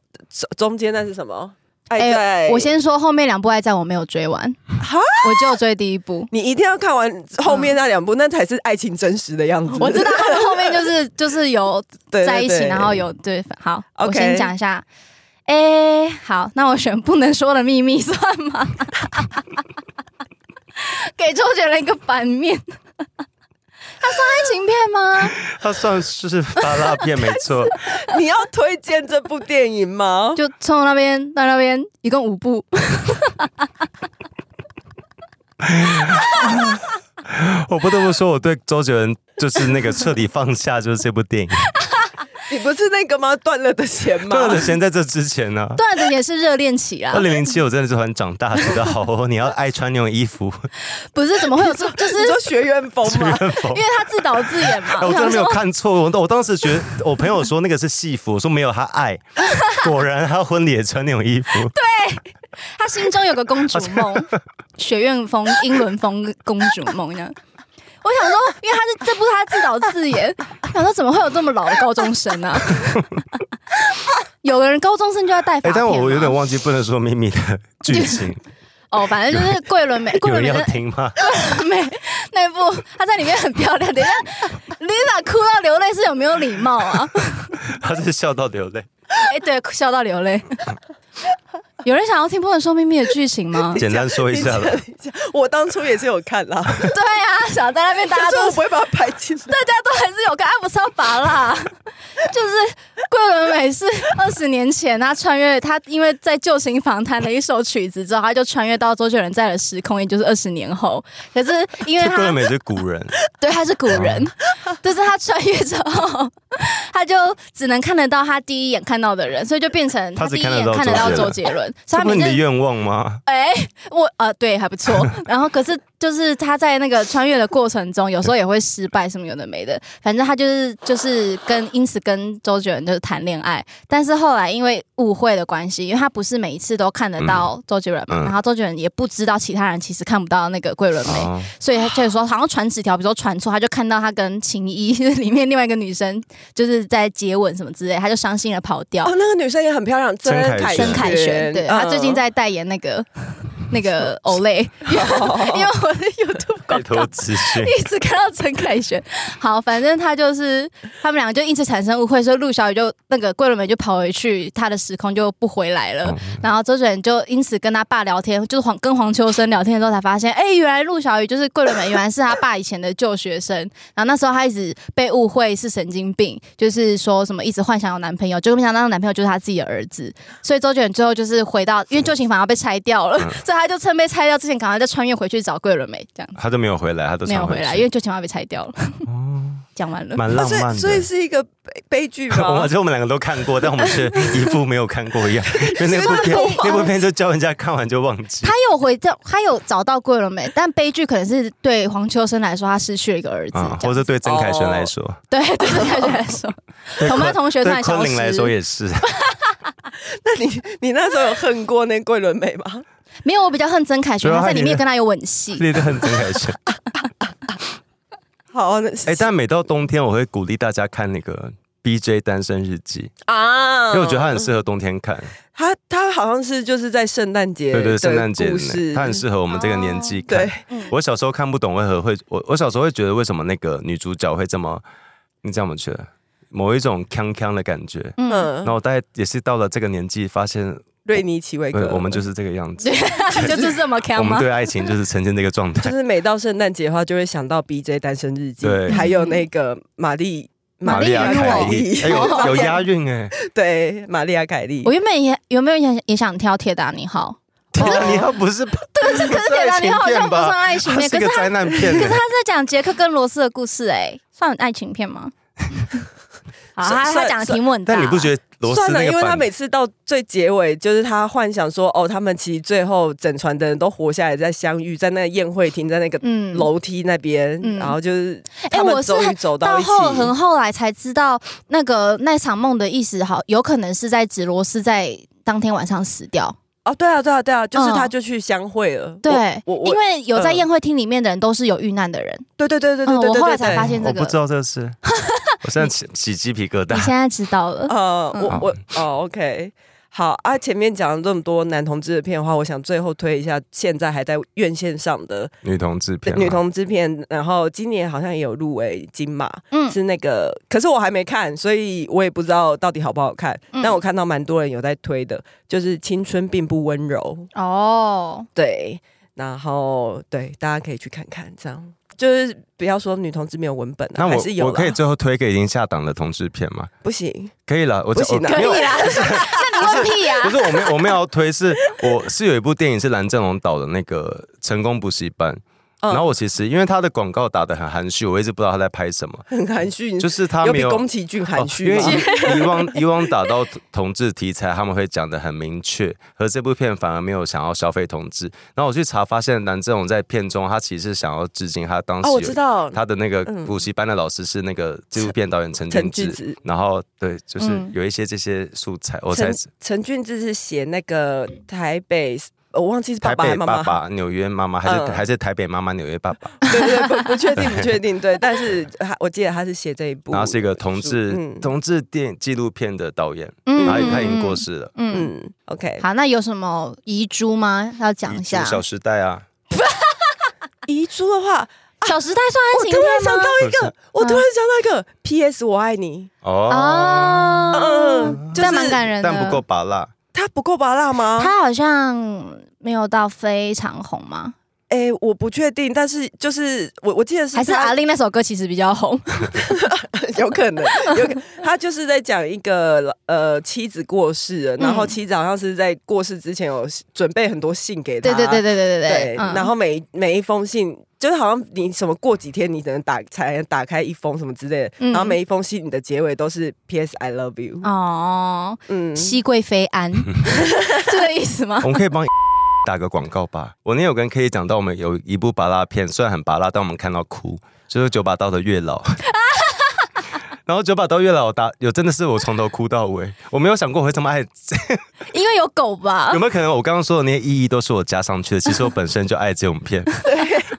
A: 中中间那是什么？爱
C: 哎
A: 在、
C: 我先说后面两部《爱在》，我没有追完，
A: 哈
C: 我就追第一部。
A: 你一定要看完后面那两部，那才是爱情真实的样子。
C: 我知道他们后面就是就是有
A: 对
C: 在一起，
A: 对
C: 然后有对，好
A: OK
C: 我先讲一下。哎、好，那我选不能说的秘密算吗？ 给周杰伦一个反面， 他算爱情片吗？
B: 它算是拔辣片没 错，
A: 你要推荐这部电影吗？
C: 就从那边到那边，一共五部。
B: 我不得不说，我对周杰伦就是那个彻底放下，就是这部 电影。
A: 你不是那个吗？断了的弦吗？
B: 断了 的弦在这之前 呢、
C: 段子也是热恋期啊
B: 二，
A: 哦
B: 零零七，我真的是很长大，知道哦，你要爱穿那种衣服，
C: 不是怎么会有这？就是
A: 你说学院风
B: 随
A: 吗？
B: 便缝
C: 因为。他自导自 演嘛。
B: 哎我真的没有
C: 想说
B: 看错，我我当时觉得我朋友说那个是戏服，我说没有，他爱，果然他婚礼也穿那种衣服，
C: 他心中有个公主梦， 学院风、英伦风公主梦这样。我想说，因为他是这部他自导自 演，想说怎么会有这么老的高中生呢、啊？ 有的人高中生就要戴
B: 哎、
C: 发片
B: 但
C: 吗、
B: 我有点忘记不能说秘密的剧情，
C: 哦，反正就是桂纶镁， 桂
B: 有
C: 纶
B: 人
C: 镁
B: 要
C: 真
B: 听吗？
C: 的美那一部，她在里面很漂亮。等一下，Lina 哭到流泪是有没有礼貌 啊？
B: 他是笑到流泪。
C: 哎、对，笑到 流泪。有人想要听《不能说秘密》的剧情 吗？
B: 简单说一下吧，
A: 你这样我当初也是有看啦，
C: 对啊，想在那边大
A: 但
C: 家
A: 是
C: 都
A: 我不会把它拍进 来。
C: 大家都还是有看，啊、不是要拔啦， 就是桂纶镁是二十年前他穿越，他因为在旧情访谈的一首曲子之后，他就穿越到周杰伦在的时空，也就是二十年后。可是因为
B: 这哦桂
C: 他
B: 纶镁是古人，
C: 对他是古人， 就是他穿越之后，他就只能看得到他第一眼看到的人，所以就变成
B: 他
C: 他
B: 只
C: 第一眼
B: 看
C: 看
B: 得
C: 得
B: 到
C: 到
B: 周
C: 周
B: 杰
C: 杰伦，
B: 这
C: 所以他
B: 不
C: 每
B: 是你的
C: 天
B: 愿望吗？
C: 哎、我呃，对，还不 错。然后可是就是他在那个穿越的过程中，有时候也会失败，什么有的没的。反正他就是就是跟因此跟周杰伦就是谈恋爱，但是后来因为误会的关系，因为他不是每一次都看得到周杰伦嘛，
B: 嗯
C: 然后周杰伦也不知道其他人其实看不到那个桂纶镁，
B: 哦
C: 所以他就说好像传纸条，比如说传错，他就看到他跟秦一就是里面另外一个女生就是在接吻什么之类，他就伤心的跑掉。
A: 哦，那个女生也很漂亮，
B: 曾凯
A: 凯嗯
B: 旋
C: 曾啊凯旋，对他最 近在代言那个那个 Olay，因
A: 哦
C: 为我的 YouTube
B: 拜
C: 广
B: 托
C: 告。
B: 资讯。
C: 一直看到陈凯旋，好，反正他就是他们两个就一直产生误会，所以陆小雨就那个桂纶镁就跑回去他的时空就不回来了，然后周杰伦就因此跟他爸聊天，就是黄跟黄秋生聊天的时候才发现，哎、原来陆小雨就是桂纶镁，原来是他爸以前的旧学生，然后那时候他一直被误会是神经病，就是说什么一直幻想有男朋友，结果没想到那个男朋友就是他自己的儿子，所以周杰伦最后就是回到，因为旧情反而被拆掉了， 所以他就趁被拆掉之前，赶快再穿越回去找桂纶镁，这样
B: 他都没有回来，他都
C: 没有
B: 常
C: 回来，
B: 去
C: 因为旧情反而被拆 掉了。讲完了，
B: 蛮
A: 啊
B: 浪
A: 所
B: 漫
A: 以所以
B: 的。
A: 是一个悲悲剧
B: 我
A: 吗
B: 觉？得我们两个都看过，但我们是一部没有看过一样，因为那部片那部片就教人家看完就忘记
C: 他。有回到，他有找到桂纶镁，但悲剧可能是对黄秋生来说，他失去了一个儿子，
B: 啊，
C: 这
B: 或
C: 样
B: 者对曾凯旋来说，
C: 对对对，感觉来说，
B: 对
C: 同班
B: 昆
C: 同学突
B: 对
C: 然消
B: 昆凌来说
C: 失，
B: 也 是，
A: 那你你那时候有恨过那桂纶镁吗？
C: 没有，我比较恨曾凯
B: 主
C: 旋，
B: 要
C: 他在
B: 啊他
C: 里
B: 也
C: 面跟他有吻戏，
B: 你都很曾凯 旋。
A: 好，那
B: 哎，但每到冬天，我会鼓励大家看那个 B J 单身日记，
A: 啊，
B: 因为我觉得它很适合冬天看。
A: 他他好像是就是在圣诞节
B: 对对，
A: 的
B: 圣诞节
A: 故事
B: 它很适合我们这个年纪看
A: 对。。
C: 嗯
B: 我小时候看不懂为何会我我小时候会觉得为什么那个女主角会这么，你这么觉得？某一种锵锵的感觉。
C: 嗯，
A: 嗯
B: 然，后我大概也是到了这个年纪，发现
A: 瑞尼奇维格
B: 呃，我们就是这个样子，
C: 就是这么看
B: 我们
C: 吗？
B: 对爱情就是呈现这个状
A: 就
B: 态。
A: 是每到圣诞节的话，就会想到 B J 单身日记
B: 对，
A: 还有那个玛丽
C: 玛丽
B: 亚
C: 与
B: 凯
C: 我
B: 莉，哎
A: 我发
B: 有有
A: 现
B: 押韵哎，
A: 对玛丽亚凯莉
C: 我，原本也有没有也也想挑《铁达尼号
B: 铁达尼号啊不是，对，这
C: 可是铁达尼号啊好像不算爱情片
B: 是
C: 可
B: 个
C: 是它
B: 灾难》，片
C: 可是
B: 欸
C: 他。是在讲杰克跟罗斯的故事，哎，算爱情片 吗？好，
A: 算
C: 他他
A: 算
C: 讲的题目很大，
B: 但你不觉得罗斯
A: 算了，
B: 那
A: 因
B: 个
A: 为他
B: 版
A: 每次到最结尾，就是他幻想说，哦，他们其实最后整船的人都活下来，在相遇，在那个宴会厅，在那个
C: 嗯
A: 楼梯那边，
C: 嗯
A: 然后就是
C: 哎
A: 他们
C: 我是
A: 终于走到
C: 到
A: 一起。
C: 后很后来才知道，那个那场梦的意思好，有可能是在指罗斯在当天晚上死掉。
A: 哦，对啊，对啊，对啊，就是
C: 嗯
A: 他就去相会了。我，
C: 对，
A: 我嗯
C: 因为有在宴会厅里面的人都是有遇难的人。
A: 对对对对对对
C: 嗯，
A: 对
C: 我
A: 对，
C: 后来才发现这
B: 哎我
C: 个。
B: 不知道这是，我现在起起鸡皮疙瘩
A: 啊
C: 你。现在知道了。
A: 呃，
C: 嗯
A: 我我哦，OK，好啊。前面讲了这么多男同志的片的话，我想最后推一下现在还在院线上的
B: 女同志片，
A: 女，同志片，然后今年好像也有入围金马，
C: 嗯
A: 是那个，可是我还没看，所以我也不知道到底好不好看。
C: 嗯
A: 但我看到蛮多人有在推的，就是《青春并不温柔》，
C: 哦，
A: 对，然后对，大家可以去看看，这样就是不要说女同志没有文本、啊，
B: 那
A: 还是有
B: 我
A: 啦
B: 我可以最后推给已经下档的同志片吗？
A: 不行，
B: 可以了，我
A: 不行啊
B: 我
C: 可
B: 没有
C: 以啦。那你问屁呀、啊
B: 不是我没有我没有要推，是 我是有一部电影是蓝正龙导的那个《成功补习班》，
A: 嗯
B: 然后我其实因为他的广告打的很含蓄，我一直不知道他在拍什么，
A: 很含蓄，
B: 就是他
A: 有比
B: 没有
A: 宫崎骏含
B: 哦因
A: 蓄
B: 为
A: 吗？
B: 以以往以往打到同志题材，他们会讲的很明确，而这部片反而没有想要消费同志。然后我去查发现，蓝正龙在片中他其实是想要致敬他当
A: 哦，
B: 时有、
A: 我知道，
B: 他的那个
A: 嗯
B: 补习班的老师是那个纪录片导演陈
A: 陈
B: 俊
A: 俊
B: 志。
A: 子，
B: 然后对，就是
C: 嗯
B: 有一些这些素材，我才
A: 陈陈俊志是写那个台北，呃我忘记是爸
B: 台
A: 爸还
B: 北
A: 是妈妈
B: 爸，爸、纽约妈妈，还是、
A: 嗯
B: 还是台北妈妈、纽约爸爸，
A: 对对对，不不确定不确定，对，但是他我记得他是写这一部，
B: 然后是一个同志、
A: 嗯
B: 同志电影纪录片的导演，
C: 嗯
B: 然后他已经过。世了，
C: 嗯，
A: 嗯，OK，
C: 好，那有什么遗珠吗？要讲一下。
B: 小时代》啊，
A: 遗珠的话，
C: 小时代
A: 我
C: 算爱
A: 突然
C: 情片
A: 想
C: 吗
A: 到？一个，
C: 嗯
A: 我突然想到一个 PS 我爱你，
B: 哦，
C: 哦，
A: 嗯，就
C: 这蛮
A: 是
C: 感人的。
B: 但不够拔 辣，
A: 他不够拔辣吗？
C: 他好像没有到非常红吗？
A: 哎，我不确定，但是就是我我记得是
C: 还是
A: 他
C: 阿令那首歌其实比较红？
A: 有可能，有可他就是在讲一个呃妻子过世了，然后
C: 嗯
A: 妻子好像是在过世之前有准备很多信给他，
C: 对对对对对对
A: 对，
C: 嗯
A: 然后每一每一封信。就是好像你什么过几天你只能打才能打开一封什么之类的，
C: 嗯
A: 然后每一封信你的结尾都是 P.S. I love you，、
C: 哦，
A: 嗯，
C: 熹贵妃安，是这意思吗
B: 我？们可以帮 打个广告吧。我那天有跟 K 讲到，我们有一部拔辣片，虽然很拔辣，但我们看到哭，就是九把刀的月 老。然后九把刀月老打有真的是我从头哭到尾，我没有想过我会这 么爱，
C: 因为有狗吧
B: 有？没有可能我刚刚说的那些意义都是我加上去的？其实我本身就爱这种 片，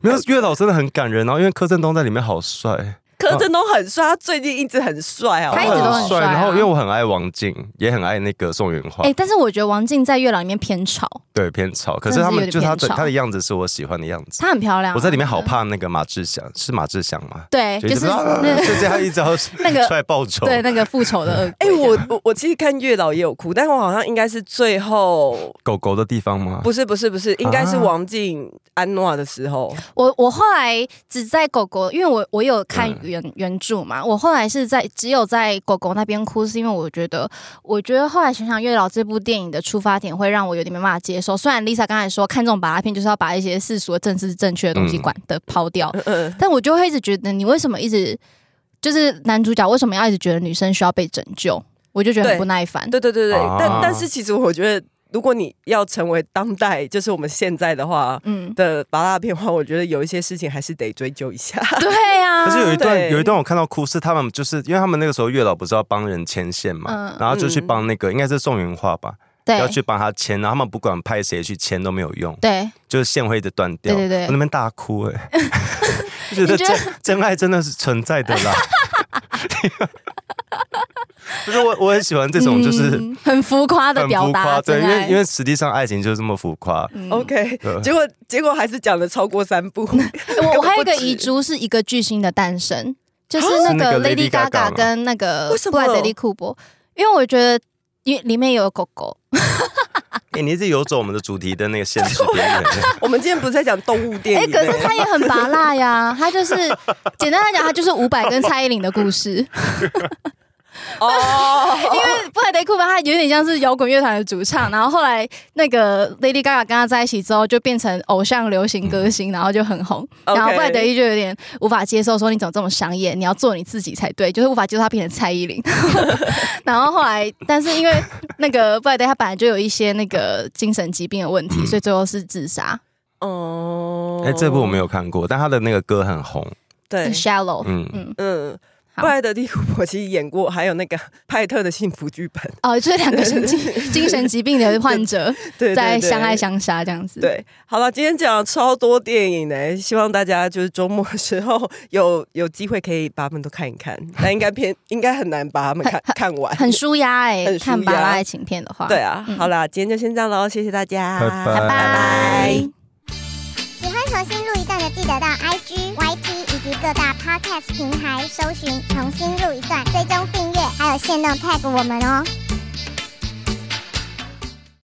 B: 没有月老真的很感人。然后因为柯震东在里面好帅，
A: 柯震东很帅，他最近一直很帅啊，
C: 他一直都很帅啊
B: 然后因为我很爱王静，也很爱那个宋元华，
C: 哎、但是我觉得王静在月老里面偏吵，
B: 对偏吵，可是
C: 真
B: 他
C: 的是
B: 们
C: 有点
B: 就他的
C: 偏吵
B: 他的样子是我喜欢的样子。
C: 她很漂亮啊、
B: 我在里面好怕那个马志祥，是马志祥吗？
C: 对，
B: 一
C: 哎就
B: 直
C: 是
B: 啊啊啊
C: 那
B: 就这样一直要
C: 那 个
B: 出来报仇。
C: 对那个复仇的恶鬼。
A: 哎、我我我其实看月老也有哭，但我好像应该是最后
B: 狗狗的地方吗？
A: 不是不是不是，应该是
B: 啊
A: 王静安诺的时候，
C: 我我后来只在狗狗，因为我我有看原、原著嘛，我后来是在只有在狗狗那边哭，是因为我觉得，我觉得后来想想《月老》这部电影的出发点会让我有点没办法接受。虽然 Lisa 刚才说看这种拔拉片就是要把一些世俗的政治正确的东西
B: 嗯
C: 管的抛掉，
A: 嗯，
C: 但我就会一直觉得，你为什么一直就是男主角为什么要一直觉得女生需要被拯救？我就觉得很
A: 对
C: 不耐烦。
A: 对对对对，
B: 啊
A: 但但是其实我觉得，如果你要成为当代，就是我们现在的话。
C: 嗯，
A: 的拔蜡片的话，我觉得有一些事情还是得追究一下。
C: 对啊呀、
B: 可是有一
A: 对
B: 段有一段我看到哭是他们就是因为他们那个时候月老不是要帮人牵线嘛，
C: 嗯
B: 然后就去
A: 嗯
B: 帮那个应该是宋元化吧，
C: 对
B: 要去帮他牵，然后他们不管派谁去牵都没有用，
C: 对，
B: 就是线会一直断掉。
C: 对对对
B: 我那边大哭 哎、欸，觉得
C: 你觉
B: 真
C: 得
B: 真爱真的是存在的啦。不是我，我很喜欢这种就是
C: 嗯很浮夸的
B: 很
C: 表
B: 浮
C: 达，
B: 夸，对，因
C: 真爱
B: 为因为实际上爱情就是这么浮夸。
C: 嗯
A: OK，
B: 对
A: 结果结果还是讲了超过三部，
C: 我我还有
A: 根本
C: 一个
A: 不止
C: 遗珠是一个巨星的诞生，就是那
B: 啊是那
C: 个
B: 个 Lady
C: Lady
B: Gaga 吗
C: Gaga 跟那个
A: 为什么
C: 布莱德利库珀，因为我觉得因为里面有狗狗，
B: 哎、你一直游走我们的主题的那个限制边缘，
A: 我们今天不是在讲动物电
C: 哎、
A: 影、
C: 可是他也很拔辣呀，他就是简单来讲，他就是伍佰跟蔡依林的故事，因
A: 哦，
C: 为布莱德利库珀他有点像是摇滚乐团的主唱，然后后来那个 Lady Gaga 跟他在一起之后，就变成偶像流行歌
A: 嗯
C: 星，然后就很红，然后布莱德利就有点无法接受，说你怎么这么商业？你要做你自己才对，就是无法接受他变成蔡依林。 然后后来，但是因为那个布莱德利他本来就有一些那个精神疾病的问题，所以最后是自杀。
A: 哦
B: 哎、这部我没有看过，但他的那个歌很红，
A: 对
C: 很，shallow，
B: 嗯，
C: 嗯，
A: 嗯，
C: 好
A: 布莱德利库珀其实演过，还有那个 派特的幸福剧本，
C: 哦，就是两个神经 精神疾病的患者
A: 对，对
C: 在相爱。
A: 对
C: 相杀这样子。，
A: 对，好了，今天讲了超多电影呢，希望大家就是周末的 时候有有机会可以把它们都看一看，但应该偏应该很难把它们看看完，
C: 很舒压哎、
A: 很舒压
C: 看巴拉爱情片的话，
A: 对，啊，
C: 嗯
A: 好啦，今天就先这样喽，谢谢大家，
B: 拜拜
C: 拜拜。
D: 喜欢重新录一段的，记得到 IG、YT 以及各大 Podcast 平台搜寻“重新录一段”，追踪订阅，还有限定 tag 我们哦。